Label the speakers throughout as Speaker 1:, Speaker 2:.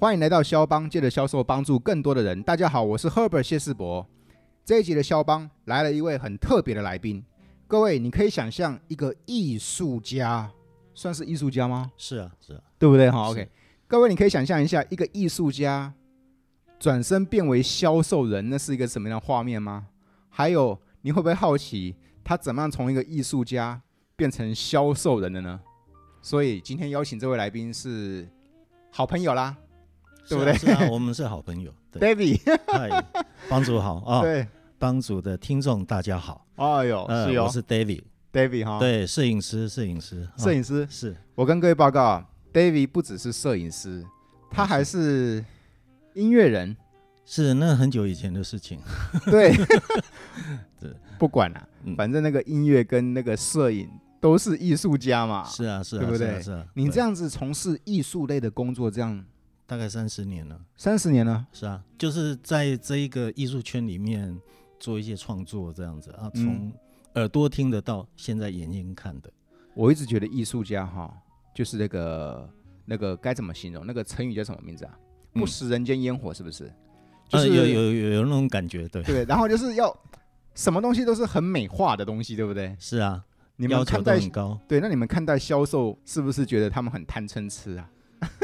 Speaker 1: 欢迎来到肖邦，借着销售帮助更多的人。大家好，我是 Herbert 谢世博。这一集的肖邦来了一位很特别的来宾，各位，你可以想象一个艺术家，算是艺术家吗？
Speaker 2: 是啊，是啊，
Speaker 1: 对不对？哈
Speaker 2: 是
Speaker 1: ，OK，各位，你可以想象一下，一个艺术家转身变为销售人，那是一个什么样的画面吗？还有，你会不会好奇他怎么样从一个艺术家变成销售人的呢？所以今天邀请这位来宾是好朋友啦对不对
Speaker 2: 是啊，是啊 我们是好朋友。对，
Speaker 1: ，David。
Speaker 2: 嗨，帮主好啊，
Speaker 1: 对，
Speaker 2: 帮主的听众大家好，呃
Speaker 1: 哎呦，是
Speaker 2: 嗯我
Speaker 1: 有
Speaker 2: 是 David，
Speaker 1: David 哈，，
Speaker 2: 对，摄影师，摄影师，啊
Speaker 1: 摄影师。
Speaker 2: 是
Speaker 1: 我跟各位报告啊，David 不只是摄影师，他还是音乐人。
Speaker 2: 是，那很久以前的事
Speaker 1: 啊
Speaker 2: 情，
Speaker 1: 对
Speaker 2: 对，
Speaker 1: 不管了、
Speaker 2: 嗯
Speaker 1: 反正那个音乐跟那个摄影都是艺术家嘛。
Speaker 2: 是啊，是啊，
Speaker 1: 对不
Speaker 2: 是啊
Speaker 1: 对
Speaker 2: 是啊，
Speaker 1: 你
Speaker 2: 对
Speaker 1: 这样子从事艺术类的工作，这样
Speaker 2: 大概三十年了，
Speaker 1: 三十年了，
Speaker 2: 是啊，就是在这一个艺术圈里面做一些创作这样子啊，
Speaker 1: 嗯
Speaker 2: 从耳朵听得到，现在眼睛看的，
Speaker 1: 我一直觉得艺术家哈，就是那个那个该怎么形容？那个成语叫什么名字啊？
Speaker 2: 嗯
Speaker 1: 不食人间烟火是不是？就
Speaker 2: 呃，
Speaker 1: 是、
Speaker 2: 有有有有那种感觉， 对，
Speaker 1: 对，然后就是要什么东西都是很美化的东西，对不对？
Speaker 2: 是啊，
Speaker 1: 你们
Speaker 2: 要求
Speaker 1: 看
Speaker 2: 都
Speaker 1: 待
Speaker 2: 很高，
Speaker 1: 对，那你们看待销售是不是觉得他们很贪嗔痴啊？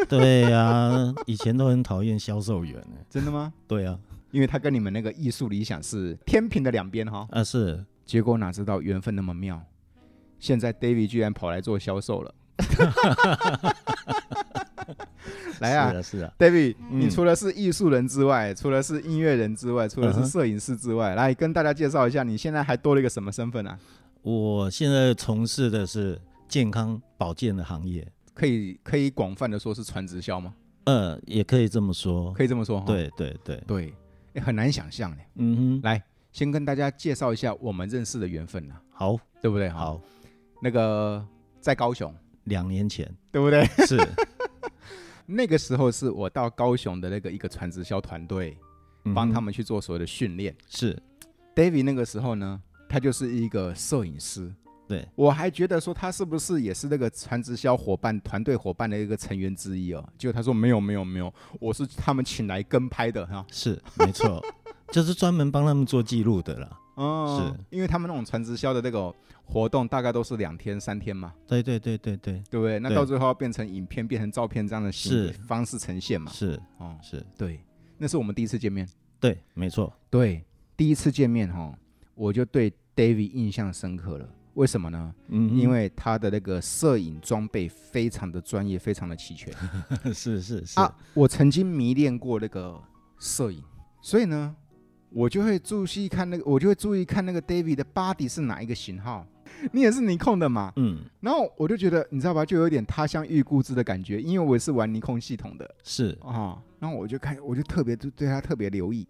Speaker 2: 对呀、以前都很讨厌销售员呢。
Speaker 1: 真的吗？
Speaker 2: 对啊，
Speaker 1: 因为他跟你们那个艺术理想是天平的两边哈。
Speaker 2: 啊是，
Speaker 1: 结果哪知道缘分那么妙，现在 David 居然跑来做销售 了。来啊
Speaker 2: 是啊是啊，
Speaker 1: ，David，、
Speaker 2: 嗯
Speaker 1: 你除了是艺术人之外，除了是音乐人之外，除了
Speaker 2: 嗯
Speaker 1: 是
Speaker 2: 哼
Speaker 1: 摄影师之外，来跟大家介绍一下，你现在还多了一个什么身份啊？
Speaker 2: 我现在从事的是健康保健的行业，
Speaker 1: 可以可以广泛的说是传直销吗？
Speaker 2: 呃，也可以这么说。
Speaker 1: 可以这哦么说哈。
Speaker 2: 对对对，
Speaker 1: 对，诶很难想象呢。
Speaker 2: 嗯哼，
Speaker 1: 来，先跟大家介绍一下我们认识的缘分啊，
Speaker 2: 好
Speaker 1: 对不对？，
Speaker 2: 好，
Speaker 1: 那个在高雄，
Speaker 2: 两年 前
Speaker 1: 对不对？
Speaker 2: 是嗯
Speaker 1: 那个时候是我到高雄的那个一个传直销团队，帮他
Speaker 2: 们
Speaker 1: 们去做所谓的训练。
Speaker 2: 是
Speaker 1: David 那个时候呢，他就是一个摄影师。
Speaker 2: 对，
Speaker 1: 我还觉得说他是不是也是那个传直销伙伴团队伙伴的一个成员之一哦？结果他说没有没有没有，我是他们请来跟拍的哈。
Speaker 2: 是没错，就是专门帮他们做记录的啦。
Speaker 1: 哦，
Speaker 2: 是
Speaker 1: 因为他们那种传直销的那个活动大概都是两天三天嘛，
Speaker 2: 对对对对对，
Speaker 1: 对不对？那
Speaker 2: 对
Speaker 1: 到最后要变成影片、变成照片这样的形
Speaker 2: 是
Speaker 1: 方式呈现嘛？
Speaker 2: 是
Speaker 1: 哦，
Speaker 2: 是，
Speaker 1: 对，那是我们第一次见面。
Speaker 2: 对，没错，
Speaker 1: 对，第一次见面哈、我就对 David 印象深刻了。为什么呢？
Speaker 2: 嗯哼，
Speaker 1: 因为他的那个摄影装备非常的专业，非常的齐全
Speaker 2: 是是是，
Speaker 1: 啊。我曾经迷恋过那个摄影，所以呢，我就会注意看那个，我就会注意看那个 David 的 body 是哪一个型号。你也是尼控的嘛？
Speaker 2: 嗯
Speaker 1: 然后我就觉得，你知道吧，就有点他乡遇故知的感觉，因为我也是玩尼控系统的。
Speaker 2: 是
Speaker 1: 啊、然后我就看，我就特别对对他特别留意，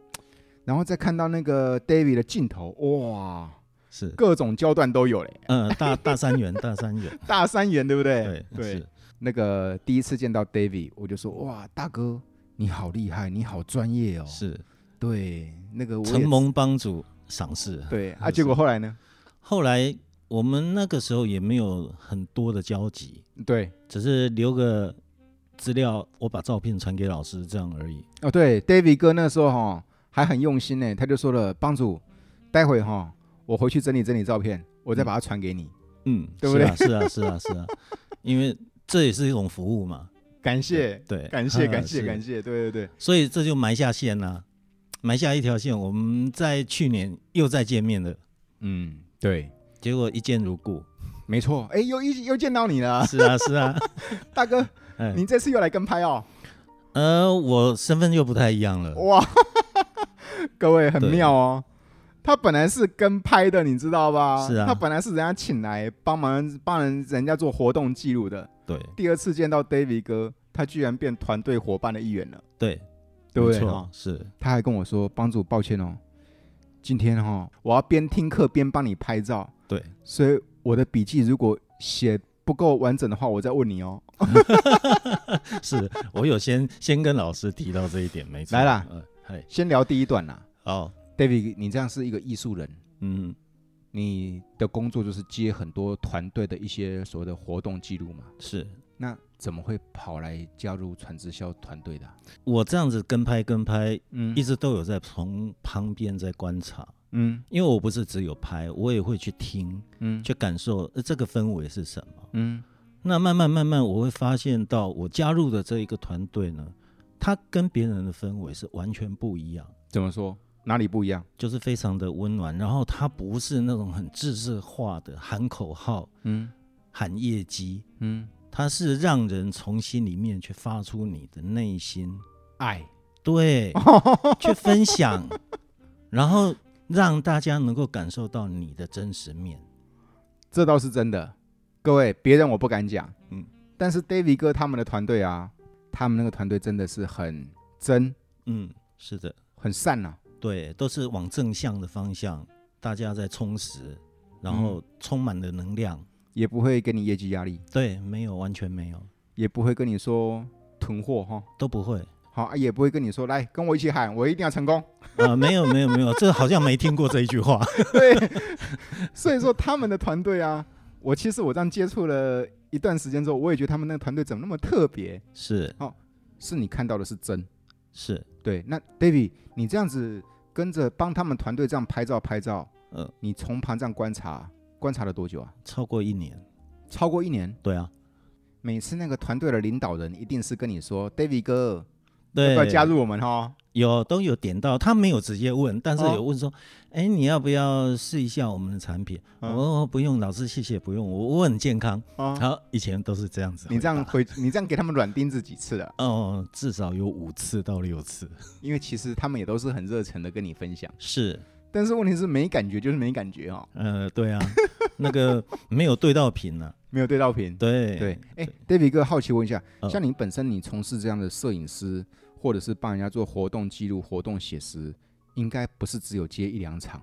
Speaker 1: 然后再看到那个 David 的镜头，哇，
Speaker 2: 是，
Speaker 1: 各种焦段都有嘞，
Speaker 2: 呃，大大三元，大三元，
Speaker 1: 大三元对不 对？
Speaker 2: 对是
Speaker 1: 那个第一次见到 David，我就说哇，大哥你好厉害，你好专业哦。，
Speaker 2: 是。
Speaker 1: 对，那个我
Speaker 2: 承
Speaker 1: 也
Speaker 2: 蒙帮主赏识。
Speaker 1: 对啊，结果后来呢？
Speaker 2: 后来我们那个时候也没有很多的交集，
Speaker 1: 对，
Speaker 2: 只是留个资料，我把照片传给老师这样而已。
Speaker 1: 哦对，David 哥那时候哈、还很用心呢，他就说了，帮主，待会哈、我回去整理整理照片，我再把它传给你。
Speaker 2: 嗯，
Speaker 1: 对不对
Speaker 2: 是啊，是啊，是啊，是啊，因为这也是一种服务嘛。
Speaker 1: 感谢，
Speaker 2: 对，
Speaker 1: 感谢，
Speaker 2: 啊
Speaker 1: 感谢，
Speaker 2: 是
Speaker 1: 感谢，对对对。
Speaker 2: 所以这就埋下线啦、埋下一条线。我们在去年又再见面了，
Speaker 1: 嗯，对，
Speaker 2: 结果一见如故。
Speaker 1: 没错。哎，又一又见到你了，
Speaker 2: 是啊，是啊，
Speaker 1: 大 哥，
Speaker 2: 哎，
Speaker 1: 你这次又来跟拍哦，
Speaker 2: 呃，我身份又不太一样了。
Speaker 1: 哇， 各位很
Speaker 2: 对
Speaker 1: 妙哦。他本来是跟拍的，你知道吧？
Speaker 2: 是啊
Speaker 1: 他本来是人家请来帮忙帮人人家做活动记录的。
Speaker 2: 对
Speaker 1: 第二次见到 David 哥，他居然变团队伙伴的一员了，
Speaker 2: 对，
Speaker 1: 对不
Speaker 2: 没
Speaker 1: 对？
Speaker 2: 错
Speaker 1: 哦，
Speaker 2: 是
Speaker 1: 他还跟我说：“帮主，抱歉哦，今天哈、哦，我要边听课边帮你拍照，
Speaker 2: 对。
Speaker 1: 所以我的笔记如果写不够完整的话，我再问你哦。”
Speaker 2: 是我有先先跟老师提到这一点，没错。
Speaker 1: 来啦
Speaker 2: 嗯，嗨，
Speaker 1: 先聊第一段啦
Speaker 2: 好，
Speaker 1: ，David，你这样是一个艺术人，
Speaker 2: 嗯，
Speaker 1: 你的工作就是接很多团队的一些所谓的活动记录嘛。
Speaker 2: 是
Speaker 1: 那怎么会跑来加入传直销团队的啊、
Speaker 2: 我这样子跟拍跟拍，
Speaker 1: 嗯
Speaker 2: 一直都有在从旁边在观察，
Speaker 1: 嗯
Speaker 2: 因为我不是只有拍，我也会去听，
Speaker 1: 嗯
Speaker 2: 去感受呃这个氛围是什么。
Speaker 1: 嗯
Speaker 2: 那慢慢慢慢，我会发现到我加入的这一个团队呢，它跟别人的氛围是完全不一样，
Speaker 1: 怎么说？哪里不一样？
Speaker 2: 就是非常的温暖。然后它不是那种很制式化的喊口号、
Speaker 1: 嗯
Speaker 2: 喊业绩，
Speaker 1: 嗯，
Speaker 2: 它是让人从心里面去发出你的内心，
Speaker 1: 爱，
Speaker 2: 对，去分 享，然后让大家能够感受到你的真实面。
Speaker 1: 这倒是真的。各位，别人我不敢讲，
Speaker 2: 嗯
Speaker 1: 嗯，但是 David 哥他们的团队啊，他们那个团队真的是很真、
Speaker 2: 嗯，是的，
Speaker 1: 很善啊呐、
Speaker 2: 对，都是往正向的方向，大家在充实，然后充满了能量。
Speaker 1: 也不会给你业绩压力，
Speaker 2: 对，没有，完全没有，
Speaker 1: 也不会跟你说囤货哈，
Speaker 2: 都不会。
Speaker 1: 好、啊也不会跟你说来跟我一起喊，我一定要成功。
Speaker 2: 啊，没有，没有，没有，这好像没听过这一句话。
Speaker 1: 对，所以说他们的团队啊，我其实我这样接触了一段时间之后，我也觉得他们那个团队怎么那么特别？
Speaker 2: 是
Speaker 1: 是你看到的是真。
Speaker 2: 是，
Speaker 1: 对，那 David，你这样子跟着帮他们团队这样拍照拍照，
Speaker 2: 呃，
Speaker 1: 你从旁这样观察，观察了多久啊？
Speaker 2: 超过一年，
Speaker 1: 超过一年。
Speaker 2: 对啊，
Speaker 1: 每次那个团队的领导人一定是跟你说，David 哥，要
Speaker 2: 对，
Speaker 1: 不要加入我们哈？
Speaker 2: 有都有点到，他没有直接问，但是
Speaker 1: 哦
Speaker 2: 有问说，哎、你要不要试一下我们的产品？
Speaker 1: 嗯
Speaker 2: 哦，不用，老师谢谢，不用，我我很健康。
Speaker 1: 啊，
Speaker 2: 好，以前都是这样子回答。
Speaker 1: 你这样回，你这样给他们软钉子几次了？
Speaker 2: 哦，至少有五次到六次。
Speaker 1: 因为其实他们也都是很热忱的跟你分享，
Speaker 2: 是，
Speaker 1: 但是问题是没感觉就是没感觉哦，
Speaker 2: 呃，对啊， 那个没有对到频呢、
Speaker 1: 没有对到频。
Speaker 2: 对
Speaker 1: 对，哎，David 哥，好奇问一下，
Speaker 2: 嗯
Speaker 1: 像你本身你从事这样的摄影师，或者是帮人家做活动记录、活动写实，应该不是只有接一两场。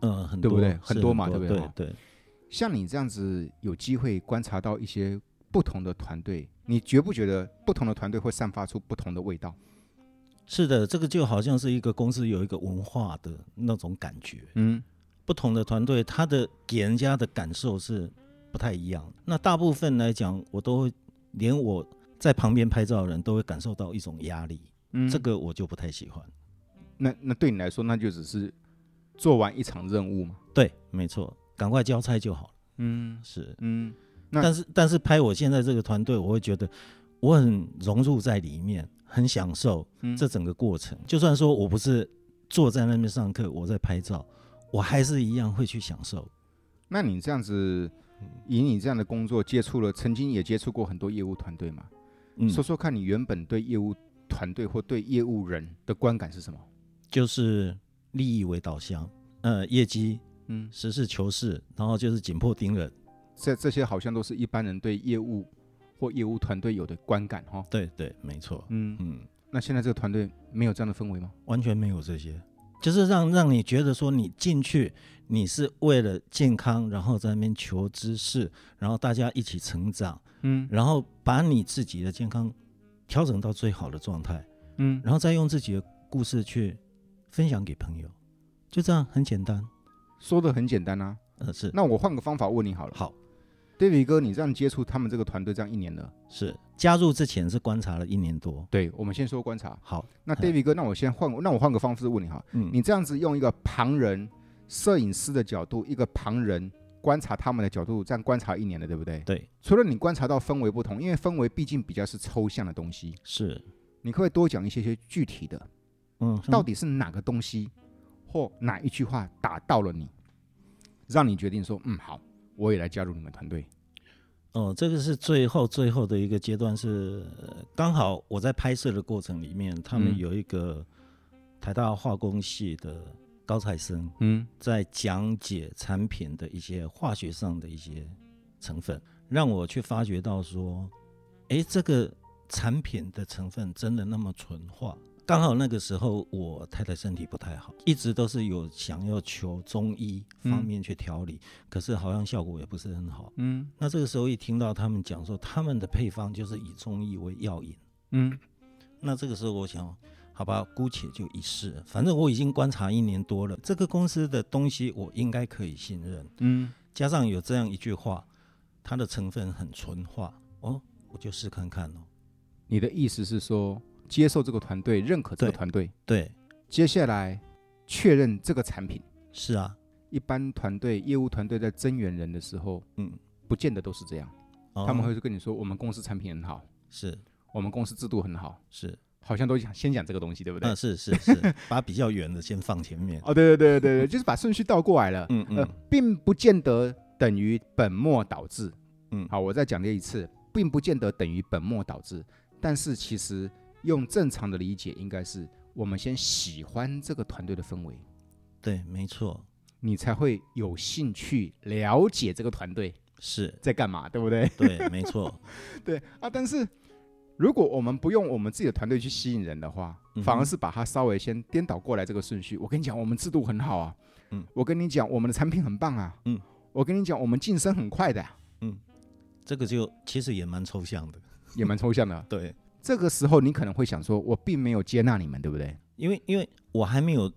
Speaker 2: 嗯、很
Speaker 1: 对
Speaker 2: 多
Speaker 1: 不对
Speaker 2: 是
Speaker 1: 很
Speaker 2: 很
Speaker 1: 多嘛对不
Speaker 2: 对
Speaker 1: 对哦？
Speaker 2: 对，
Speaker 1: 像你这样子有机会观察到一些不同的团队，你觉不觉得不同的团队会散发出不同的味道？
Speaker 2: 是的，这个就好像是一个公司有一个文化的那种感觉，
Speaker 1: 嗯
Speaker 2: 不同的团队，他的给人家的感受是不太一样的。那大部分来讲，我都会连我在旁边拍照的人都会感受到一种压力，
Speaker 1: 嗯
Speaker 2: 这个我就不太喜欢。
Speaker 1: 那那对你来说，那就只是做完一场任务嘛。
Speaker 2: 对，没错，赶快交差就好了。
Speaker 1: 嗯
Speaker 2: 是，
Speaker 1: 嗯，那
Speaker 2: 但是但是拍我现在这个团队，我会觉得我很融入在里面，很享受
Speaker 1: 嗯
Speaker 2: 这整个过程。就算说我不是坐在那边上课，我在拍照，我还是一样会去享受。
Speaker 1: 那你这样子，以你这样的工作接触了，曾经也接触过很多业务团队嘛？
Speaker 2: 嗯，
Speaker 1: 说说看你原本对业务团队或对业务人的观感是什么？
Speaker 2: 就是利益为导向，呃，业绩
Speaker 1: 嗯，
Speaker 2: 实事求是，然后就是紧迫盯人。
Speaker 1: 这这些好像都是一般人对业务或业务团队有的观感哈、
Speaker 2: 对对，没错。
Speaker 1: 嗯，
Speaker 2: 嗯，
Speaker 1: 那现在这个团队没有这样的氛围吗？
Speaker 2: 完全没有这些，就是让让你觉得说你进去你是为了健康，然后在那边求知识，然后大家一起成长，
Speaker 1: 嗯
Speaker 2: 然后把你自己的健康调整到最好的状态，
Speaker 1: 嗯，
Speaker 2: 然后再用自己的故事去分享给朋友，就这样很简单。
Speaker 1: 说的很简单啊。
Speaker 2: 呃，是
Speaker 1: 那我换个方法问你好了
Speaker 2: 好
Speaker 1: ，David 哥，你这样接触他们这个团队这样一年了，
Speaker 2: 是加入之前是观察了一年多。
Speaker 1: 对我们先说观察。
Speaker 2: 好，
Speaker 1: 那
Speaker 2: 嗯
Speaker 1: David 哥，那我先换，那我换个方式问你哈，
Speaker 2: 嗯，
Speaker 1: 你这样子用一个旁人摄影师的角度，一个旁人观察他们的角度，这样观察一年了，对不对？
Speaker 2: 对
Speaker 1: 除了你观察到氛围不同，因为氛围毕竟比较是抽象的东西，
Speaker 2: 是，
Speaker 1: 你可不可以多讲一些些具体的，
Speaker 2: 嗯，
Speaker 1: 到底是哪个东西或哪一句话打到了你，让你决定说，嗯，好，我也来加入你们团队。
Speaker 2: 哦，这个是最后最后的一个阶段是，呃刚好我在拍摄的过程里面，他们
Speaker 1: 嗯
Speaker 2: 有一个台大化工系的高材生
Speaker 1: 嗯
Speaker 2: 在讲解产品的一些化学上的一些成分，让我去发觉到说，诶，这个产品的成分真的那么纯化？刚好那个时候我太太身体不太好，一直都是有想要求中医方
Speaker 1: 嗯
Speaker 2: 面去调理，可是好像效果也不是很好。
Speaker 1: 嗯
Speaker 2: 那这个时候一听到他们讲说他们的配方就是以中医为药引，
Speaker 1: 嗯
Speaker 2: 那这个时候我想，好吧，姑且就一试，反正我已经观察一年多了，这个公司的东西我应该可以信任。
Speaker 1: 嗯
Speaker 2: 加上有这样一句话，它的成分很纯化哦，我就试看看哦。
Speaker 1: 你的意思是说，接受这个团队，认可这个
Speaker 2: 对
Speaker 1: 团队，
Speaker 2: 对，
Speaker 1: 接下来确认这个产品。
Speaker 2: 是啊，
Speaker 1: 一般团队、业务团队在增援人的时候，
Speaker 2: 嗯，
Speaker 1: 不见得都是这样。
Speaker 2: 哦
Speaker 1: 他们会跟你说，我们公司产品很好，
Speaker 2: 是
Speaker 1: 我们公司制度很好，
Speaker 2: 是，
Speaker 1: 好像都想先讲这个东西，对不对？
Speaker 2: 那是是是，把比较远的先放前 面。
Speaker 1: 哦，对对对对对，就是把顺序倒过来了。
Speaker 2: 嗯
Speaker 1: 呃
Speaker 2: 嗯，
Speaker 1: 并不见得等于本末倒置。
Speaker 2: 嗯
Speaker 1: 好，我再讲这一次，并不见得等于本末倒置，但是其实用正常的理解，应该是我们先喜欢这个团队的氛围，
Speaker 2: 对，没错，
Speaker 1: 你才会有兴趣了解这个团队
Speaker 2: 是
Speaker 1: 在干嘛，对不对？
Speaker 2: 对，没错，
Speaker 1: 对啊，但是如果我们不用我们自己的团队去吸引人的话，
Speaker 2: 嗯哼
Speaker 1: 反而是把它稍微先颠倒过来这个顺序。我跟你讲，我们制度很好啊，
Speaker 2: 嗯，
Speaker 1: 我跟你讲，我们的产品很棒啊，
Speaker 2: 嗯，
Speaker 1: 我跟你讲，我们晋升很快的啊、
Speaker 2: 这个就其实也蛮抽象的。
Speaker 1: 也蛮抽象的。啊
Speaker 2: 对，
Speaker 1: 这个时候你可能会想说，我并没有接纳你们，对不对？
Speaker 2: 因为因为我还没有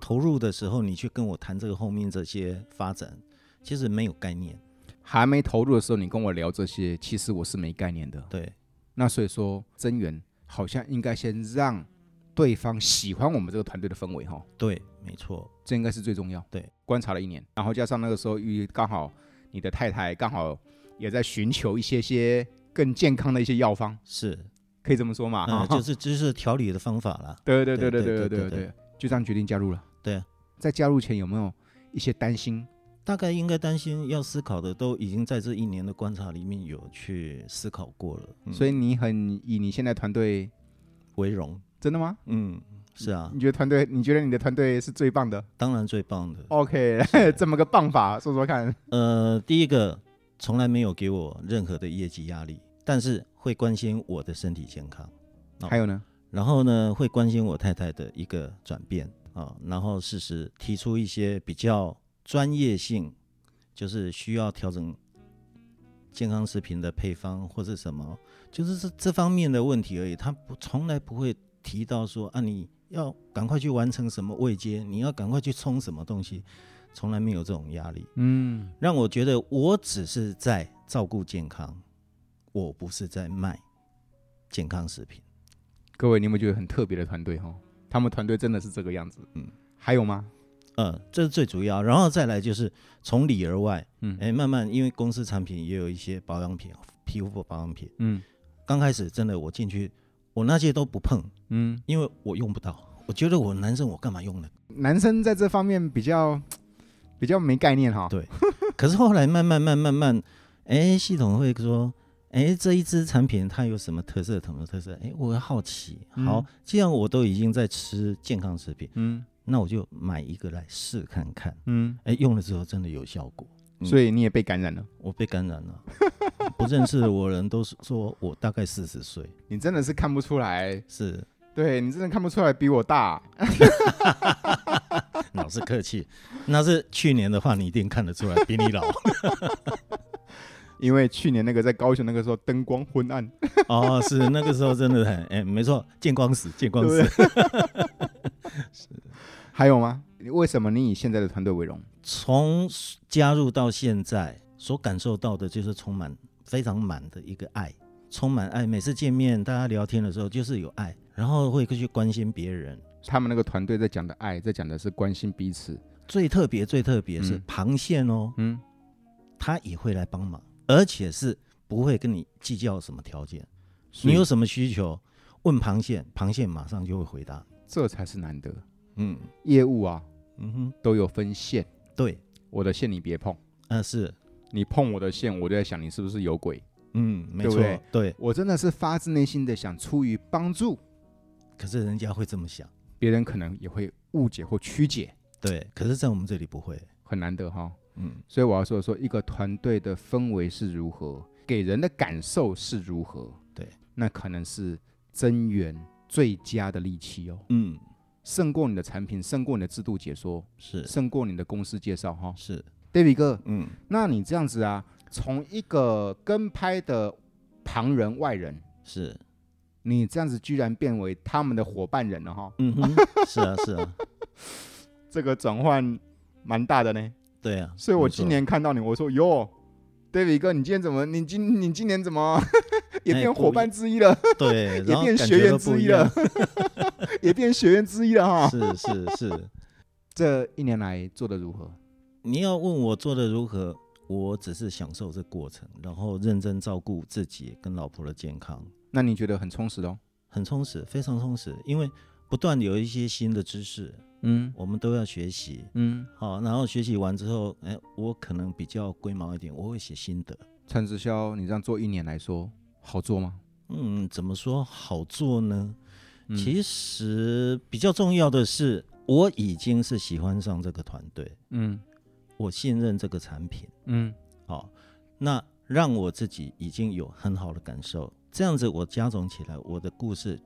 Speaker 2: 投入的时候，你去跟我谈这个后面这些发展，其实没有概念。
Speaker 1: 还没投入的时候，你跟我聊这些，其实我是没概念的。
Speaker 2: 对，
Speaker 1: 那所以说，增援好像应该先让对方喜欢我们这个团队的氛围哈、
Speaker 2: 对，没错，
Speaker 1: 这应该是最重要。
Speaker 2: 对，
Speaker 1: 观察了一年，然后加上那个时候，因为刚好你的太太刚好也在寻求一些些更健康的一些药方，
Speaker 2: 是，
Speaker 1: 可以这么说嘛？ 哈
Speaker 2: 嗯，就是就是调理的方法啦。
Speaker 1: 对对对对
Speaker 2: 对
Speaker 1: 对对
Speaker 2: 对
Speaker 1: 对
Speaker 2: 对
Speaker 1: 对，就这样决定加入了。
Speaker 2: 对啊，
Speaker 1: 在加入前有没有一些担心？
Speaker 2: 大概应该担心要思考的，都已经在这一年的观察里面有去思考过了，嗯
Speaker 1: 所以你很以你现在团队
Speaker 2: 为荣。
Speaker 1: 真的吗？
Speaker 2: 嗯，是啊
Speaker 1: 你，觉得团队？你觉得你的团队是最棒的
Speaker 2: 当然最棒的。啊
Speaker 1: ？OK，这哦 么个棒法，说说看。
Speaker 2: 呃，第一个从来没有给我任何的业绩压力，但是会关心我的身体健康，哦
Speaker 1: 还有呢？
Speaker 2: 然后呢会关心我太太的一个转变啊、然后适时提出一些比较专业性，就是需要调整健康食品的配方或是什么，就是这这方面的问题而已。他不从来不会提到说啊你要赶快去完成什么位阶，你要赶快去冲什么东西，从来没有这种压力。
Speaker 1: 嗯，
Speaker 2: 让我觉得我只是在照顾健康，我不是在卖健康食品。
Speaker 1: 各位，你有没有觉得很特别的团队哈？他们团队真的是这个样子。
Speaker 2: 嗯，
Speaker 1: 还有吗？
Speaker 2: 嗯，这是最主要。然后再来就是从里而外，
Speaker 1: 嗯
Speaker 2: 哎，慢慢因为公司产品也有一些保养品、皮肤保养品。
Speaker 1: 嗯
Speaker 2: 刚开始真的我进去，我那些都不碰，
Speaker 1: 嗯，
Speaker 2: 因为我用不到。我觉得我男生我干嘛用呢？
Speaker 1: 男生在这方面比较比较没概念哈。
Speaker 2: 对可是后来慢慢慢慢慢，哎，系统会说，哎，这一支产品它有什么特色，什么特色？哎，我好奇。好
Speaker 1: 嗯，
Speaker 2: 既然我都已经在吃健康食品，
Speaker 1: 嗯
Speaker 2: 那我就买一个来试看看。
Speaker 1: 嗯，
Speaker 2: 哎，用了之后真的有效果，嗯
Speaker 1: 所以你也被感染了。
Speaker 2: 我被感染了。不认识我的人都是说我大概四十岁，
Speaker 1: 你真的是看不出来，
Speaker 2: 是
Speaker 1: 对你真的看不出来比我大。
Speaker 2: 老是客气。 那是去年的话，你一定看得出来比你老
Speaker 1: 因为去年那个在高雄那个时候灯光昏暗，
Speaker 2: 哦。是那个时候真的很哎，没错，见光死，见光死。
Speaker 1: 还有吗？为什么你以现在的团队为荣？
Speaker 2: 从加入到现在，所感受到的就是充满非常满的一个爱，充满爱。每次见面大家聊天的时候，就是有爱，然后会去关心别人。
Speaker 1: 他们那个团队在讲的爱，在讲的是关心彼此。
Speaker 2: 最特别、最特别是
Speaker 1: 嗯
Speaker 2: 螃蟹哦，
Speaker 1: 嗯，
Speaker 2: 他也会来帮忙，而且是不会跟你计较什么条件。
Speaker 1: 所
Speaker 2: 你
Speaker 1: 以
Speaker 2: 有什么需求，问螃蟹，螃蟹马上就会回答。
Speaker 1: 这才是难得。
Speaker 2: 嗯
Speaker 1: 业务啊，
Speaker 2: 嗯哼，
Speaker 1: 都有分线，
Speaker 2: 对，
Speaker 1: 我的线你别碰，
Speaker 2: 那、是，
Speaker 1: 你碰我的线，我就在想你是不是有鬼。
Speaker 2: 嗯，没
Speaker 1: 对不
Speaker 2: 错，
Speaker 1: 对
Speaker 2: 对。
Speaker 1: 我真的是发自内心的想出于帮助，
Speaker 2: 可是人家会这么想，
Speaker 1: 别人可能也会误解或曲解，
Speaker 2: 对。可是，在我们这里不会，
Speaker 1: 很难得哈。
Speaker 2: 嗯。
Speaker 1: 所以我要说的说，一个团队的氛围是如何，给人的感受是如何，
Speaker 2: 对，
Speaker 1: 那可能是增援最佳的利器哦，
Speaker 2: 嗯，
Speaker 1: 胜过你的产品，胜过你的制度解说，
Speaker 2: 是
Speaker 1: 胜过你的公司介绍哈。
Speaker 2: 是，
Speaker 1: David 哥，
Speaker 2: 嗯，
Speaker 1: 那你这样子啊，从一个跟拍的旁人外人，
Speaker 2: 是，
Speaker 1: 你这样子居然变为他们的伙伴人了哈，
Speaker 2: 嗯哼，是啊是啊，
Speaker 1: 这个转换蛮大的呢。
Speaker 2: 对啊。
Speaker 1: 所以我
Speaker 2: 没错
Speaker 1: 今年看到你，我说哟，David 哥，你今天怎么？你今你今年怎么 也
Speaker 2: 哎
Speaker 1: 变
Speaker 2: 不
Speaker 1: 伙伴之一了，
Speaker 2: 对，
Speaker 1: 也
Speaker 2: 然后
Speaker 1: 变
Speaker 2: 感
Speaker 1: 学
Speaker 2: 觉
Speaker 1: 员
Speaker 2: 都不
Speaker 1: 之
Speaker 2: 一
Speaker 1: 一
Speaker 2: 样
Speaker 1: 了。也变学员之一了哈。
Speaker 2: 是是是，
Speaker 1: 这一年来做的如何？
Speaker 2: 你要问我做的如何，我只是享受这过程，然后认真照顾自己跟老婆的健康，
Speaker 1: 那你觉得很充实哦？
Speaker 2: 很充实，非常充实，因为不断有一些新的知识，
Speaker 1: 嗯
Speaker 2: 我们都要学习。
Speaker 1: 嗯，
Speaker 2: 好，然后学习完之后，哎，我可能比较龟毛一点，我会写心得。
Speaker 1: 传直销你这样做一年来说好做吗？
Speaker 2: 嗯，怎么说好做呢？
Speaker 1: 嗯
Speaker 2: 其实比较重要的是，我已经是喜欢上这个团队，
Speaker 1: 嗯
Speaker 2: 我信任这个产品。
Speaker 1: 嗯
Speaker 2: 好、那让我自己已经有很好的感受，这样子我加总起来，我的故事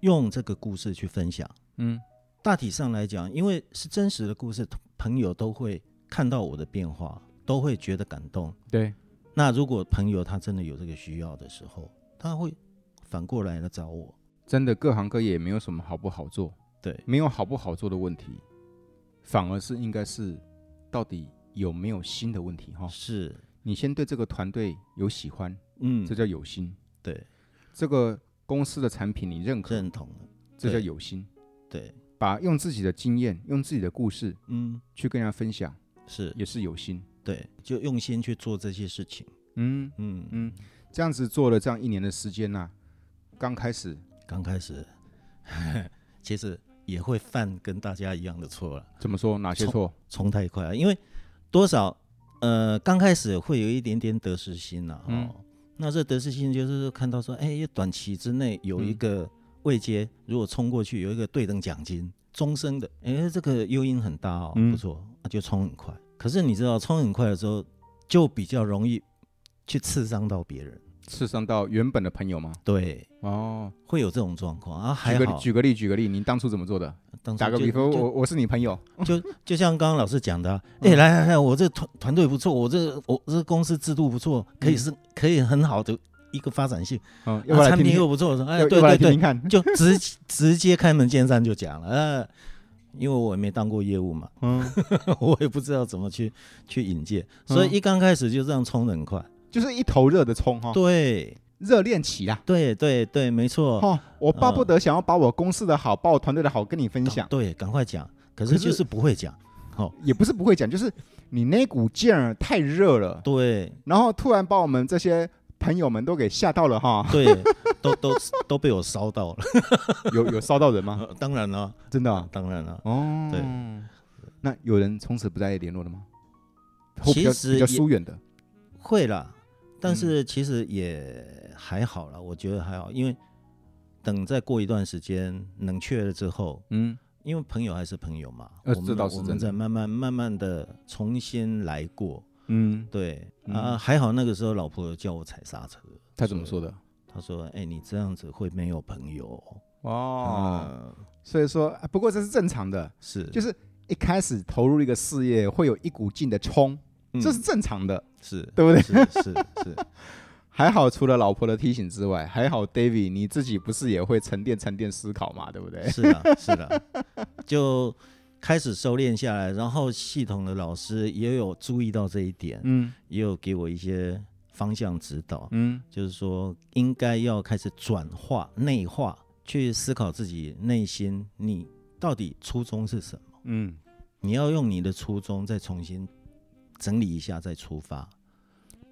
Speaker 2: 用这个故事去分享。
Speaker 1: 嗯
Speaker 2: 大体上来讲，因为是真实的故事，朋友都会看到我的变化，都会觉得感动。
Speaker 1: 对，
Speaker 2: 那如果朋友他真的有这个需要的时候，他会反过来来找我。
Speaker 1: 真的各行各业也没有什么好不好做，
Speaker 2: 对，
Speaker 1: 没有好不好做的问题，反而是应该是到底有没有新的问题哈。
Speaker 2: 是，
Speaker 1: 你先对这个团队有喜欢，
Speaker 2: 嗯
Speaker 1: 这，叫有心；
Speaker 2: 对，
Speaker 1: 这个公司的产品你认可，
Speaker 2: 认同了，
Speaker 1: 这叫
Speaker 2: 对
Speaker 1: 有心。
Speaker 2: 对，
Speaker 1: 把用自己的经验、用自己的故事
Speaker 2: 嗯，
Speaker 1: 去跟人家分享，
Speaker 2: 是
Speaker 1: 也是有心。
Speaker 2: 对，就用心去做这些事情。
Speaker 1: 嗯，
Speaker 2: 嗯
Speaker 1: 嗯，这样子做了这样一年的时间呐、刚开始
Speaker 2: 刚开始，其实也会犯跟大家一样的错了，
Speaker 1: 怎么说？哪些错？
Speaker 2: 冲太快了，啊因为多少呃，刚开始会有一点点得失心了、
Speaker 1: 嗯
Speaker 2: 哦。那这得失心就是看到说，哎，短期之内有一
Speaker 1: 嗯
Speaker 2: 个位阶，如果冲过去有一个对等奖金，终身的，哎，这个诱因很大哦，
Speaker 1: 嗯
Speaker 2: 不错，那就冲很快。可是你知道，冲很快的时候，就比较容易去刺伤到别人，
Speaker 1: 刺伤到原本的朋友吗？
Speaker 2: 对，
Speaker 1: 哦，
Speaker 2: 会有这种状况啊。还
Speaker 1: 举个
Speaker 2: 好，
Speaker 1: 举个例，举个例，您当初怎么做的？
Speaker 2: 当初
Speaker 1: 打个
Speaker 2: 就
Speaker 1: 比方，
Speaker 2: 就
Speaker 1: 我我是你朋友，
Speaker 2: 就就像刚刚老师讲的、啊，
Speaker 1: 嗯
Speaker 2: 哎、来来来，我这团团队不错，我这我这公司制度不错，可以是、可以很好的一个发展性，
Speaker 1: 嗯，要不
Speaker 2: 啊
Speaker 1: 要来
Speaker 2: 产
Speaker 1: 听
Speaker 2: 品
Speaker 1: 听？
Speaker 2: 又不错，哎、
Speaker 1: 要
Speaker 2: 对
Speaker 1: 要不要
Speaker 2: 对
Speaker 1: 来听
Speaker 2: 对
Speaker 1: 听，看？
Speaker 2: 就直直接开门见山就讲了，呃，因为我也没当过业务嘛，
Speaker 1: 嗯，
Speaker 2: 我也不知道怎么去去引荐，所
Speaker 1: 嗯
Speaker 2: 以
Speaker 1: 哦
Speaker 2: 一刚开始就这样冲得很快，
Speaker 1: 就是一头热的冲哈，
Speaker 2: 对
Speaker 1: 热恋期啦。
Speaker 2: 对对对，没错，
Speaker 1: 哦，我巴不得
Speaker 2: 嗯
Speaker 1: 想要把我公司的好，把我团队的好跟你分享，
Speaker 2: 对，赶快讲，可
Speaker 1: 可是
Speaker 2: 是就是不会讲，哦，
Speaker 1: 也不是不会讲，就是你那股劲儿太热了，
Speaker 2: 对，
Speaker 1: 然后突然把我们这些朋友们都给吓到了哈
Speaker 2: 对，都都都被我烧到了，
Speaker 1: 有有烧到人吗？
Speaker 2: 呃当然了、
Speaker 1: 真的啊、
Speaker 2: 当然了。
Speaker 1: 哦，
Speaker 2: 对。
Speaker 1: 那有人从此不再联络了吗？或比较
Speaker 2: 其实
Speaker 1: 比较
Speaker 2: 也
Speaker 1: 疏远的，
Speaker 2: 会啦，
Speaker 1: 嗯
Speaker 2: 但是其实也还好啦，我觉得还好，因为等再过一段时间冷却了之后，
Speaker 1: 嗯，
Speaker 2: 因为朋友还是朋友嘛，
Speaker 1: 呃
Speaker 2: 我
Speaker 1: 这
Speaker 2: 们
Speaker 1: 倒是
Speaker 2: 我
Speaker 1: 真
Speaker 2: 们
Speaker 1: 的
Speaker 2: 再慢慢慢慢的重新来过，
Speaker 1: 嗯，
Speaker 2: 对啊、
Speaker 1: 嗯
Speaker 2: 还好那个时候老婆叫我踩刹车，
Speaker 1: 他怎么说的？
Speaker 2: 她说：“哎、你这样子会没有朋友哦。
Speaker 1: 哦，
Speaker 2: 嗯
Speaker 1: 所以说，啊不过这是正常的，
Speaker 2: 是，、
Speaker 1: 就是是一开始投入一个事业会有一股劲的冲，
Speaker 2: 嗯、
Speaker 1: 这是正常的，
Speaker 2: 是，
Speaker 1: 对不对？
Speaker 2: 是是是，
Speaker 1: 还好，除了老婆的提醒之外，还好 David 你自己不是也会沉淀沉淀思考嘛，对不对？
Speaker 2: 是的，是的，就开始收敛下来，然后系统的老师也有注意到这一点，
Speaker 1: 嗯
Speaker 2: 也有给我一些方向指导，
Speaker 1: 嗯
Speaker 2: 就是说应该要开始转化、内化，去思考自己内心你到底初衷是什么，
Speaker 1: 嗯，
Speaker 2: 你要用你的初衷再重新整理一下再出发，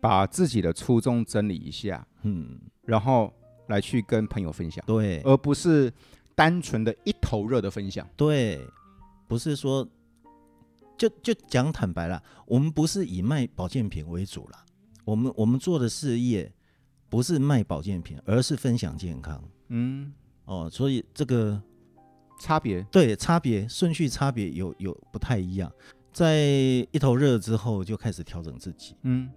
Speaker 1: 把自己的初衷整理一下，
Speaker 2: 嗯，
Speaker 1: 然后来去跟朋友分享，
Speaker 2: 对
Speaker 1: 而不是单纯的一头热的分享。
Speaker 2: 对，不是说。就就讲坦白啦，我们不是以卖保健品为主啦，我们我们做的事业不是卖保健品，而是分享健康
Speaker 1: 嗯，
Speaker 2: 哦，所以这个
Speaker 1: 差别
Speaker 2: 对差别顺序差别有有不太一样，在一头热之后就开始调整自己，
Speaker 1: 嗯，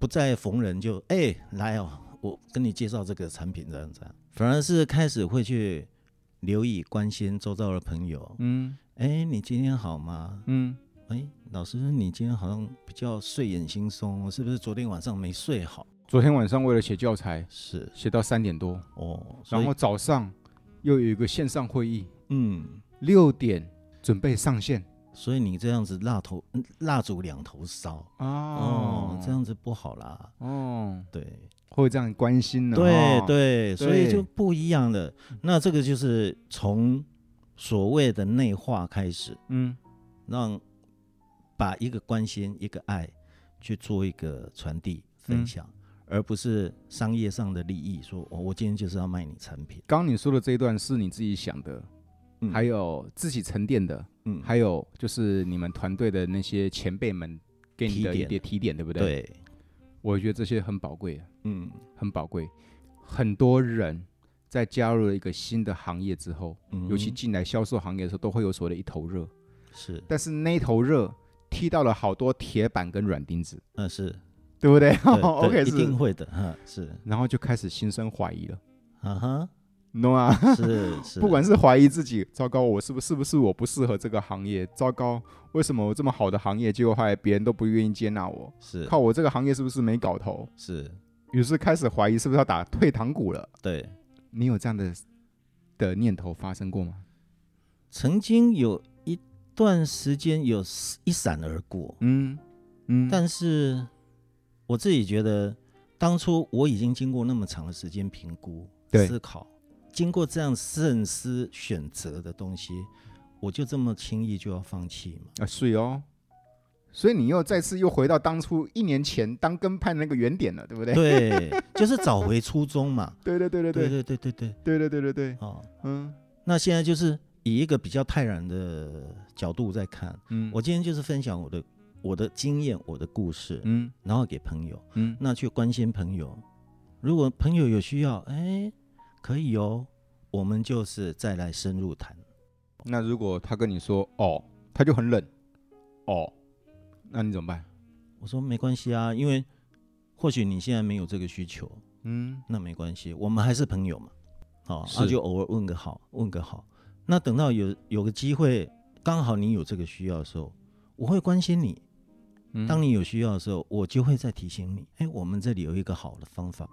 Speaker 2: 不再逢人就哎、来哦，我跟你介绍这个产品这样这样，反而是开始会去留意关心周遭的朋友，
Speaker 1: 嗯
Speaker 2: 哎、你今天好吗？
Speaker 1: 嗯
Speaker 2: 哎，老师，你今天好像比较睡眼惺忪，是不是昨天晚上没睡好？，
Speaker 1: 昨天晚上为了写教材，
Speaker 2: 是
Speaker 1: 写到三点多，
Speaker 2: 哦，所以
Speaker 1: 然后早上又有一个线上会议，
Speaker 2: 嗯，
Speaker 1: 六点准备上线。
Speaker 2: 所以你这样子蜡头嗯蜡烛两头烧
Speaker 1: 哦
Speaker 2: 哦，这样子不好啦。
Speaker 1: 哦，
Speaker 2: 对，
Speaker 1: 会这样关心呢？
Speaker 2: 对
Speaker 1: 哦，
Speaker 2: 对，所以
Speaker 1: 对嗯
Speaker 2: 就不一样了。那这个就是从所谓的内化开始，
Speaker 1: 嗯，
Speaker 2: 让把一个关心、一个爱去做一个传递、分
Speaker 1: 嗯
Speaker 2: 享，而不是商业上的利益。说，哦，我今天就是要卖你产品。
Speaker 1: 刚刚你说的这一段是你自己想的，
Speaker 2: 嗯
Speaker 1: 还，有自己沉淀的，
Speaker 2: 嗯，
Speaker 1: 还有就是你们团队的那些前辈们给你的
Speaker 2: 提
Speaker 1: 一
Speaker 2: 点
Speaker 1: 点提点，对不对？，
Speaker 2: 对，
Speaker 1: 我觉得这些很宝贵啊，
Speaker 2: 嗯
Speaker 1: 很宝贵。很多人在加入了一个新的行业之后，
Speaker 2: 嗯，
Speaker 1: 尤其进来销售行业的时候，都会有所谓的一头热，
Speaker 2: 是，
Speaker 1: 但是那一头热踢到了好多铁板跟软钉子，
Speaker 2: 嗯是
Speaker 1: 对不对
Speaker 2: 对 对
Speaker 1: 哦？OK，
Speaker 2: 一定
Speaker 1: 是，
Speaker 2: 会的，哈，是，
Speaker 1: 然后就开始心生怀疑了，
Speaker 2: 啊哈，
Speaker 1: 你懂吗？
Speaker 2: 是是，
Speaker 1: 不管是怀疑自己，糟糕，我是不是不是我不适合这个行业？糟糕，为什么我这么好的行业，结果后来别人都不愿意接纳我？
Speaker 2: 是
Speaker 1: 靠，我这个行业是不是没搞头？
Speaker 2: 是，
Speaker 1: 于是开始怀疑是不是要打退堂鼓了？
Speaker 2: 对，
Speaker 1: 你有这样的的念头发生过吗？
Speaker 2: 曾经有一段时间有一闪而过，
Speaker 1: 嗯嗯，
Speaker 2: 但是我自己觉得，当初我已经经过那么长的时间评估、
Speaker 1: 对
Speaker 2: 思考，经过这样慎思选择的东西，我就这么轻易就要放弃嘛？
Speaker 1: 啊是哦，所以你又再次又回到当初一年前当跟派那个原点了，对不对？
Speaker 2: 对，就是找回初衷嘛。
Speaker 1: 对对对对
Speaker 2: 对
Speaker 1: 对
Speaker 2: 对对对对，
Speaker 1: 对对对对对，
Speaker 2: 哦，
Speaker 1: 嗯
Speaker 2: 那现在就是以一个比较泰然的角度在看，
Speaker 1: 嗯
Speaker 2: 我今天就是分享我的我的经验、我的故事，
Speaker 1: 嗯
Speaker 2: 然后给朋友。
Speaker 1: 嗯
Speaker 2: 那去关心朋友。如果朋友有需要，哎，可以哦，我们就是再来深入谈。
Speaker 1: 那如果他跟你说哦，他就很冷哦，那你怎么办？
Speaker 2: 我说没关系啊，因为或许你现在没有这个需求，
Speaker 1: 嗯
Speaker 2: 那没关系，我们还是朋友嘛。好、那、
Speaker 1: 是
Speaker 2: 就偶尔问个好，问个好。那等到有有个机会，刚好你有这个需要的时候，我会关心你。
Speaker 1: 嗯
Speaker 2: 当你有需要的时候，我就会再提醒你。哎，我们这里有一个好的方法，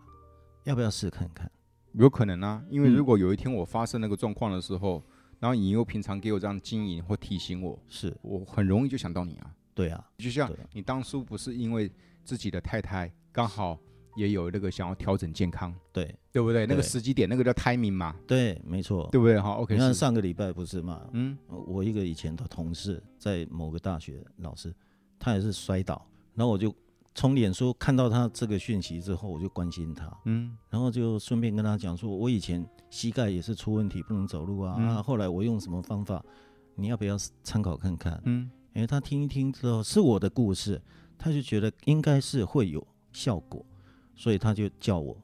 Speaker 2: 要不要试看看？
Speaker 1: 有可能啊，因为
Speaker 2: 嗯
Speaker 1: 如果有一天我发生那个状况的时候，然后你又平常给我这样经营或提醒我，
Speaker 2: 是
Speaker 1: 我很容易就想到你啊。
Speaker 2: 对啊，
Speaker 1: 就像
Speaker 2: 对啊
Speaker 1: 你当初不是因为自己的太太刚好也有那个想要调整健康，
Speaker 2: 对
Speaker 1: 对不对？那个
Speaker 2: 对
Speaker 1: 时机点，那个叫 timing 嘛，
Speaker 2: 对，没错。
Speaker 1: 对不对？哈，OK，
Speaker 2: 你看
Speaker 1: 是
Speaker 2: 上个礼拜不是嘛，
Speaker 1: 嗯
Speaker 2: 呃我一个以前的同事在某个大学老师，他也是摔倒，然后我就从脸书看到他这个讯息之后，我就关心他，
Speaker 1: 嗯
Speaker 2: 然后就顺便跟他讲说，我以前膝盖也是出问题，不能走路啊，
Speaker 1: 嗯
Speaker 2: 啊，后来我用什么方法，你要不要参考看看？
Speaker 1: 嗯，
Speaker 2: 哎，他听一听之后是我的故事，他就觉得应该是会有效果，所以他就叫我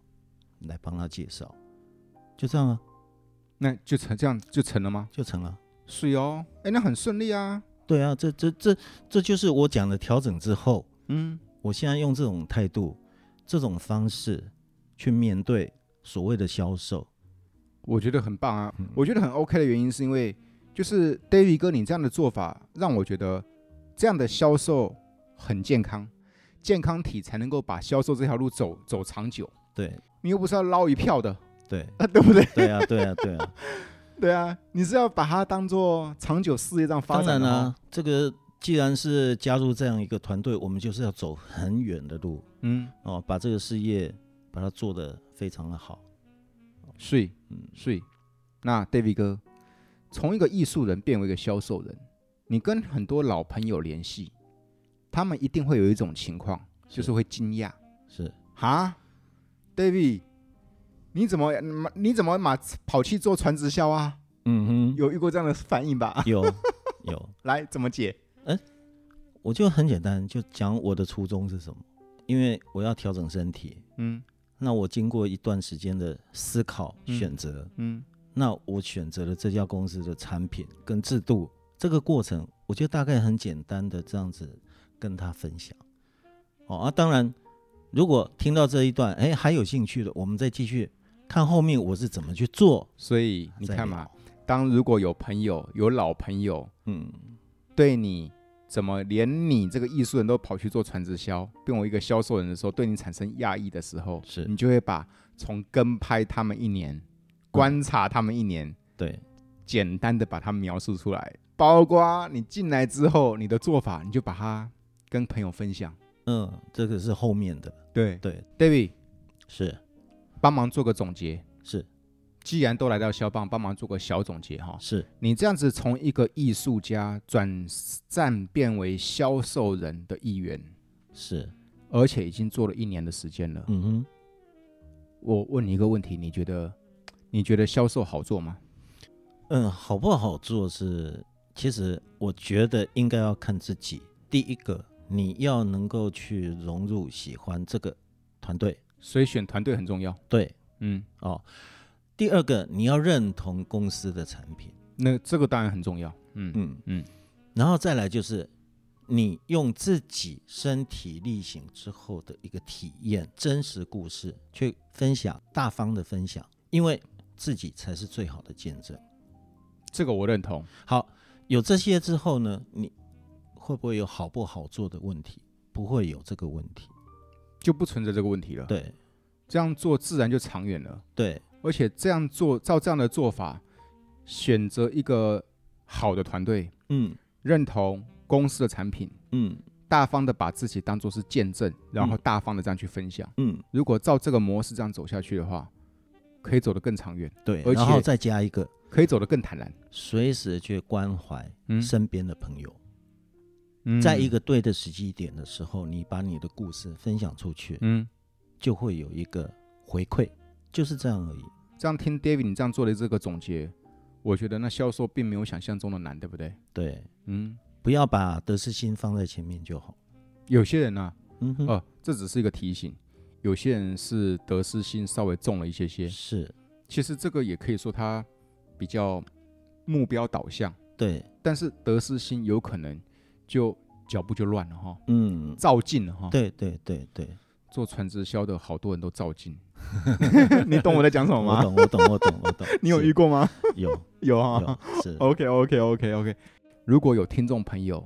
Speaker 2: 来帮他介绍，就这样啊，
Speaker 1: 那就成这样就成了吗？
Speaker 2: 就成了。
Speaker 1: 是哦，哎，那很顺利啊，
Speaker 2: 对啊，这这这这就是我讲的调整之后，
Speaker 1: 嗯
Speaker 2: 我现在用这种态度、这种方式去面对所谓的销售。
Speaker 1: 我觉得很棒啊，
Speaker 2: 嗯
Speaker 1: 我觉得很 OK 的原因是因为，就是 David 哥你这样的做法让我觉得这样的销售很健康，健康体才能够把销售这条路走走长久。
Speaker 2: 对
Speaker 1: 你又不是要捞一票的
Speaker 2: 对
Speaker 1: 啊，对不对？
Speaker 2: 对啊，对啊，对啊，
Speaker 1: 对啊，你是要把它当做长久事业这样 发
Speaker 2: 当
Speaker 1: 展
Speaker 2: 然啊
Speaker 1: 的哦
Speaker 2: 啦、
Speaker 1: 话，
Speaker 2: 这个既然是加入这样一个团队，我们就是要走很远的路
Speaker 1: 嗯，
Speaker 2: 哦，把这个事业把它做得非常的好。
Speaker 1: 是
Speaker 2: 嗯，
Speaker 1: 是。那 David 哥从一个艺术人变为一个销售人，你跟很多老朋友联系，他们一定会有一种情况，就是会惊讶。
Speaker 2: 是
Speaker 1: 哈，David，你怎么嗯你怎么马跑去做传直销啊？
Speaker 2: 嗯哼，
Speaker 1: 有遇过这样的反应吧？
Speaker 2: 有有，
Speaker 1: 来，怎么解？
Speaker 2: 我就很简单，就讲我的初衷是什么，因为我要调整身体，
Speaker 1: 嗯
Speaker 2: 那我经过一段时间的思考
Speaker 1: 嗯
Speaker 2: 选择，
Speaker 1: 嗯
Speaker 2: 那我选择了这家公司的产品跟制度，这个过程我就大概很简单的这样子跟他分享。哦啊，当然，如果听到这一段，哎，还有兴趣的，我们再继续看后面我是怎么去做。
Speaker 1: 所以你
Speaker 2: 再
Speaker 1: 看
Speaker 2: 聊
Speaker 1: 嘛，，当如果有朋友有老朋友
Speaker 2: 嗯，
Speaker 1: 对你怎么连你这个艺术人都跑去做传直销，变为一个销售人的时候，对你产生压抑的时候，
Speaker 2: 是
Speaker 1: 你就会把从跟拍他们一年，观察他们一年，
Speaker 2: 嗯对，
Speaker 1: 简单的把它描述出来，包括你进来之后你的做法，你就把它跟朋友分享。
Speaker 2: 嗯，这个是后面的，
Speaker 1: 对
Speaker 2: 对，
Speaker 1: ，David，
Speaker 2: 是
Speaker 1: 帮忙做个总结。
Speaker 2: 是
Speaker 1: 既然都来到肖邦，帮忙做个小总结哈。
Speaker 2: 是
Speaker 1: 你这样子从一个艺术家转战变为销售人的一员，
Speaker 2: 是，
Speaker 1: 而且已经做了一年的时间了。
Speaker 2: 嗯哼，
Speaker 1: 我问你一个问题，你觉得你觉得销售好做吗？
Speaker 2: 嗯，好不好做是，其实我觉得应该要看自己。第一个，你要能够去融入喜欢这个团队，
Speaker 1: 所以选团队很重要。
Speaker 2: 对
Speaker 1: 嗯，
Speaker 2: 哦。第二个，你要认同公司的产品，
Speaker 1: 那这个当然很重要。嗯，
Speaker 2: 嗯
Speaker 1: 嗯，
Speaker 2: 然后再来就是你用自己身体力行之后的一个体验，真实故事去分享，大方的分享，因为自己才是最好的见证。
Speaker 1: 这个我认同。
Speaker 2: 好，有这些之后呢，你会不会有好不好做的问题？不会有这个问题。
Speaker 1: 就不存在这个问题了。，
Speaker 2: 对
Speaker 1: 这样做自然就长远了。
Speaker 2: 对，
Speaker 1: 而且这样做，照这样的做法，选择一个好的团队，
Speaker 2: 嗯
Speaker 1: 认同公司的产品，
Speaker 2: 嗯
Speaker 1: 大方的把自己当做是见证，然后大方的这样去分享。
Speaker 2: 嗯，
Speaker 1: 如果照这个模式这样走下去的话，可以走得更长远，
Speaker 2: 对。
Speaker 1: 而
Speaker 2: 然后
Speaker 1: 且
Speaker 2: 再加一个，
Speaker 1: 可以走得更坦然。
Speaker 2: 随时去关怀
Speaker 1: 嗯
Speaker 2: 身边的朋友。
Speaker 1: 嗯
Speaker 2: 在一个对的时机点的时候，你把你的故事分享出去，
Speaker 1: 嗯，
Speaker 2: 就会有一个回馈，就是这样而已。
Speaker 1: 这样听 David 你这样做的这个总结，我觉得那销售并没有想象中的难，对不对？
Speaker 2: 对，
Speaker 1: 嗯，
Speaker 2: 不要把得失心放在前面就好。
Speaker 1: 有些人呢、
Speaker 2: 嗯哼，
Speaker 1: 哦、这只是一个提醒，有些人是得失心稍微重了一些些。
Speaker 2: 是，
Speaker 1: 其实这个也可以说他比较目标导向，
Speaker 2: 对，
Speaker 1: 但是得失心有可能就脚步就乱了哈，
Speaker 2: 嗯，
Speaker 1: 照进了哈。，
Speaker 2: 对对对对，
Speaker 1: 做传直销的好多人都照 进， 你懂我在讲什么
Speaker 2: 我
Speaker 1: 吗？。
Speaker 2: 懂，我懂，我懂，我懂
Speaker 1: 你有
Speaker 2: 是
Speaker 1: 遇过吗？
Speaker 2: 有
Speaker 1: 有啊
Speaker 2: 有。是
Speaker 1: OK OK OK OK。如果有听众朋友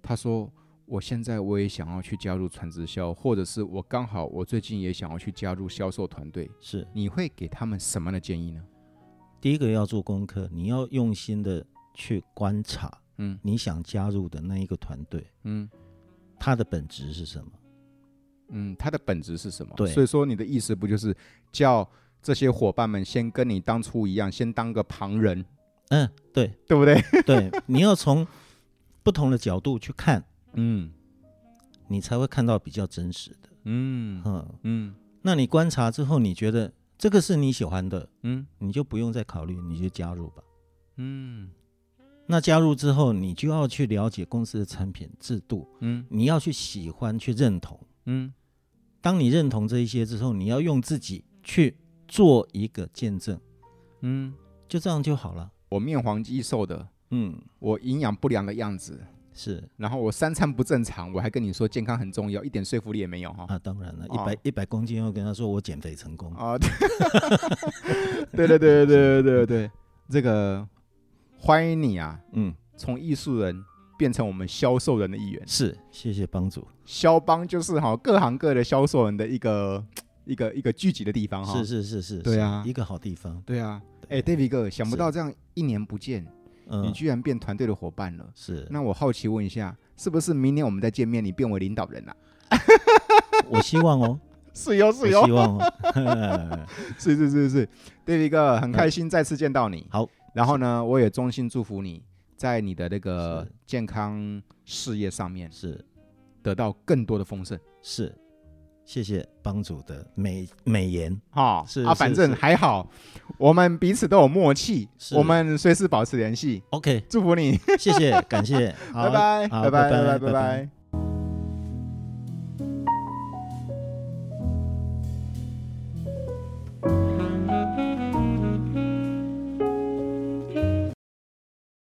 Speaker 1: 他说。我现在我也想要去加入传直销，或者是我刚好我最近也想要去加入销售团队，
Speaker 2: 是，
Speaker 1: 你会给他们什么样的建议呢？
Speaker 2: 第一个要做功课，你要用心的去观察
Speaker 1: 嗯
Speaker 2: 你想加入的那一个团队，
Speaker 1: 嗯
Speaker 2: 它的本质是什么？
Speaker 1: 嗯，它的本质是什么？
Speaker 2: 对
Speaker 1: 所以说你的意思不就是叫这些伙伴们先跟你当初一样，先当个旁人，
Speaker 2: 嗯，对
Speaker 1: 对不对？
Speaker 2: 对，你要从不同的角度去看，
Speaker 1: 嗯
Speaker 2: 你才会看到比较真实的。
Speaker 1: 嗯
Speaker 2: 嗯，
Speaker 1: 嗯
Speaker 2: 那你观察之后，你觉得这个是你喜欢的，
Speaker 1: 嗯
Speaker 2: 你就不用再考虑，你就加入吧。
Speaker 1: 嗯
Speaker 2: 那加入之后，你就要去了解公司的产品制度，
Speaker 1: 嗯
Speaker 2: 你要去喜欢、去认同。
Speaker 1: 嗯
Speaker 2: 当你认同这一些之后，你要用自己去做一个见证，
Speaker 1: 嗯，
Speaker 2: 就这样就好了。
Speaker 1: 我面黄肌瘦的，
Speaker 2: 嗯，
Speaker 1: 我营养不良的样子，
Speaker 2: 是
Speaker 1: 然后我三餐不正常，我还跟你说健康很重要，一点说服力也没有哈。
Speaker 2: 啊，当然了，一
Speaker 1: 哦
Speaker 2: 百一百公斤又跟他说我减肥成功，
Speaker 1: 啊，对对对对对对对对，这个欢迎你啊，
Speaker 2: 嗯，
Speaker 1: 从艺术人变成我们销售人的一员。
Speaker 2: 是，谢谢帮主，
Speaker 1: 销帮就是哈各行各业的销售人的一个一个一个聚集的地方哈。
Speaker 2: 是，是是是，
Speaker 1: 哦对
Speaker 2: 是
Speaker 1: 啊
Speaker 2: 一个好地方，
Speaker 1: 对啊。哎、d a v i d 哥，想不
Speaker 2: 是
Speaker 1: 到这样一年不见，你
Speaker 2: 嗯，
Speaker 1: 居然变团队的伙伴了。
Speaker 2: 是，
Speaker 1: 那我好奇问一下，是不是明年我们再见面，你变为领导人啊了、
Speaker 2: 我希望 哦，
Speaker 1: 是哟
Speaker 2: 我
Speaker 1: 是
Speaker 2: 希
Speaker 1: 哟，
Speaker 2: 望哦，
Speaker 1: 是是是是，David 哥很开心再次见到你。
Speaker 2: 好，
Speaker 1: 然后呢，我也衷心祝福你在你的那个
Speaker 2: 是
Speaker 1: 健康事业上面
Speaker 2: 是
Speaker 1: 得到更多的丰盛。
Speaker 2: 是，谢谢帮主的美美言，
Speaker 1: 哈、
Speaker 2: 是
Speaker 1: 啊，
Speaker 2: 是
Speaker 1: 反正
Speaker 2: 是
Speaker 1: 还好，我们彼此都有默契，
Speaker 2: 是
Speaker 1: 我们随时保持联系。
Speaker 2: OK，
Speaker 1: 祝福你，
Speaker 2: 谢谢，感谢，好
Speaker 1: 拜拜，
Speaker 2: 好
Speaker 1: 拜拜，拜
Speaker 2: 拜
Speaker 1: 拜，拜
Speaker 2: 拜。
Speaker 1: 拜。